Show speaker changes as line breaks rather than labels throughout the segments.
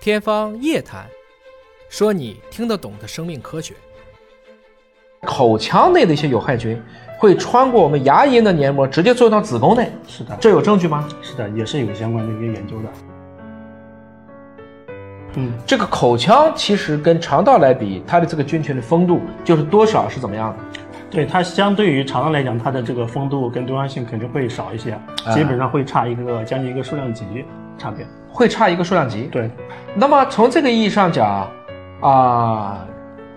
天方夜谭，说你听得懂的生命科学。
口腔内的一些有害菌会穿过我们牙龈的黏膜，直接作用到子宫内，
是的，
这有证据吗？
是的，也是有相关的一个研究的。嗯，
这个口腔其实跟肠道来比，它的这个菌群的丰度就是多少是怎么样的？
对它相对于肠道来讲，它的这个风度跟多样性肯定会少一些，基本上会差一个将近一个数量级差别。
会差一个数量级。
对，
那么从这个意义上讲，啊、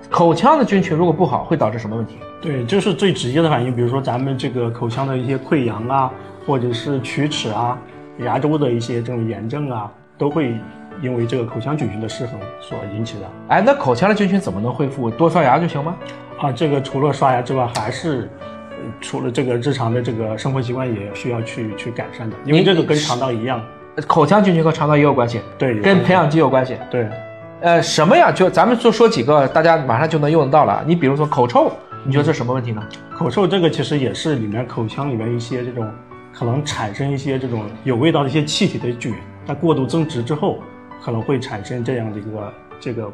口腔的菌群如果不好，会导致什么问题？
对，就是最直接的反应，比如说咱们这个口腔的一些溃疡啊，或者是龋齿啊、牙周的一些这种炎症啊，都会因为这个口腔菌群的失衡所引起的。
哎，那口腔的菌群怎么能恢复？多刷牙就行吗？
啊，这个除了刷牙之外，还是。呃除了这个日常的这个生活习惯也需要去去改善的，因为
你
这个跟肠道一样，
呃口腔菌群和肠道也有关系，
对，有
跟
关系
培养基有关系。
对
呃，什么样？就咱们就说几个，大家马上就能用得到了。你比如说口臭，你觉得这什么问题呢？
口臭这个其实也是里面口腔里面一些这种可能产生一些这种有味道的一些气体的菌，它过度增殖之后，可能会产生这样的一个这个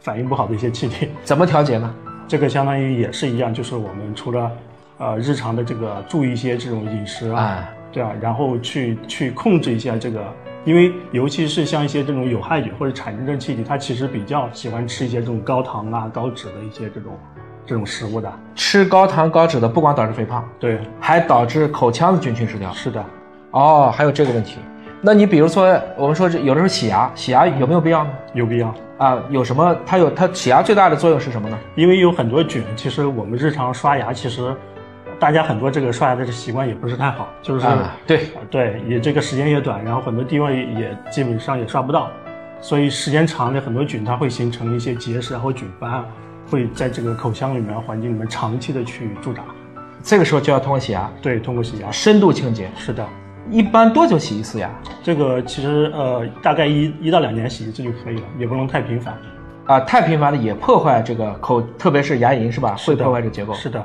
反应不好的一些气体。
怎么调节呢？
这个相当于也是一样，就是我们除了呃日常的这个注意一些这种饮食啊，
啊，
对啊，然后去去控制一下这个，因为尤其是像一些这种有害菌或者产生这种气体，它其实比较喜欢吃一些这种高糖啊、高脂的一些这种这种食物的。
吃高糖高脂的，不光导致肥胖，
对，
还导致口腔的菌群失调。
是的。
哦，还有这个问题。那你比如说，我们说这有的时候洗牙，洗牙有没有必要呢？
有必要，
啊，有什么？它有它洗牙最大的作用是什么呢？
因为有很多菌，其实我们日常刷牙，其实大家很多这个刷牙的这习惯也不是太好，就是、
啊，对，
对，也这个时间也短，然后很多地方也呃也基本上也刷不到，所以时间长了，很多菌它会形成一些结石，然后菌斑啊会在这个口腔里面环境里面长期的去驻扎。
这个时候就要通过洗牙
对，通过洗牙。
深度清洁。
是的，
一般多久洗一次牙？
这个其实呃，大概一一到两年洗一次就可以了，也不能太频繁。
啊，太频繁了也破坏这个口，特别是牙龈是吧？会
是的
破坏这个结构。
是的，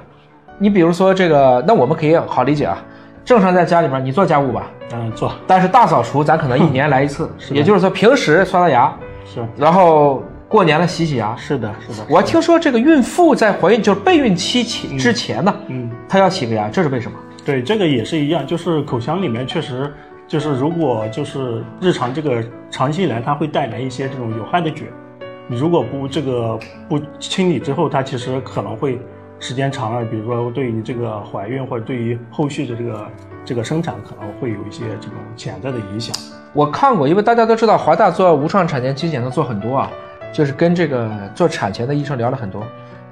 你比如说这个，那我们可以好理解啊。正常在家里面你做家务吧，
嗯，做
但是大扫除咱可能一年来一次，
是的
也就是说平时刷刷牙，
是
然后过年了洗洗牙。
是的是的，
我听说这个孕妇在怀孕就是备孕期前之前呢，
嗯。
她要洗个牙，这是为什么？
对，这个也是一样，就是口腔里面确实就是如果就是日常这个长期以来，它会带来一些这种有害的菌，你如果不这个不清理之后，它其实可能会时间长了，比如说对于这个怀孕或者对于后续的这个这个生产可能会有一些这种潜在的影响。
我看过，因为大家都知道华大做无创产前基检的做很多啊，就是跟这个做产前的医生聊了很多，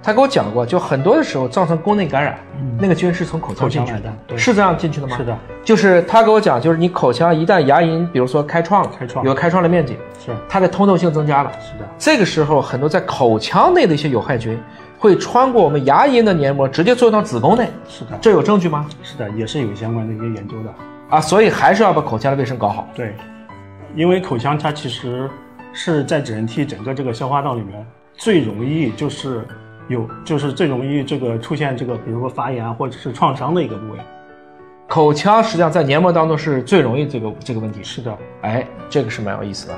他给我讲过，就很多的时候造成宫内感染，那个菌是从口腔进去
嗯口腔来的对
是这样进去的吗？
是的，
就是他给我讲，就是你口腔一旦牙龈，比如说开创了，
开创
有开创的面积，
是
它的通透性增加了，
是的，
这个时候很多在口腔内的一些有害菌会穿过我们牙龈的黏膜，直接作用到子宫内，
是的，
这有证据吗？
是的，也是有相关的一个研究的。
啊，所以还是要把口腔的卫生搞好。
对，因为口腔它其实是在人体整个这个消化道里面最容易就是有就是最容易这个出现这个比如说发炎啊或者是创伤的一个部位。
口腔实际上在黏膜当中是最容易这个这个问题。
是的，
哎，这个是蛮有意思的。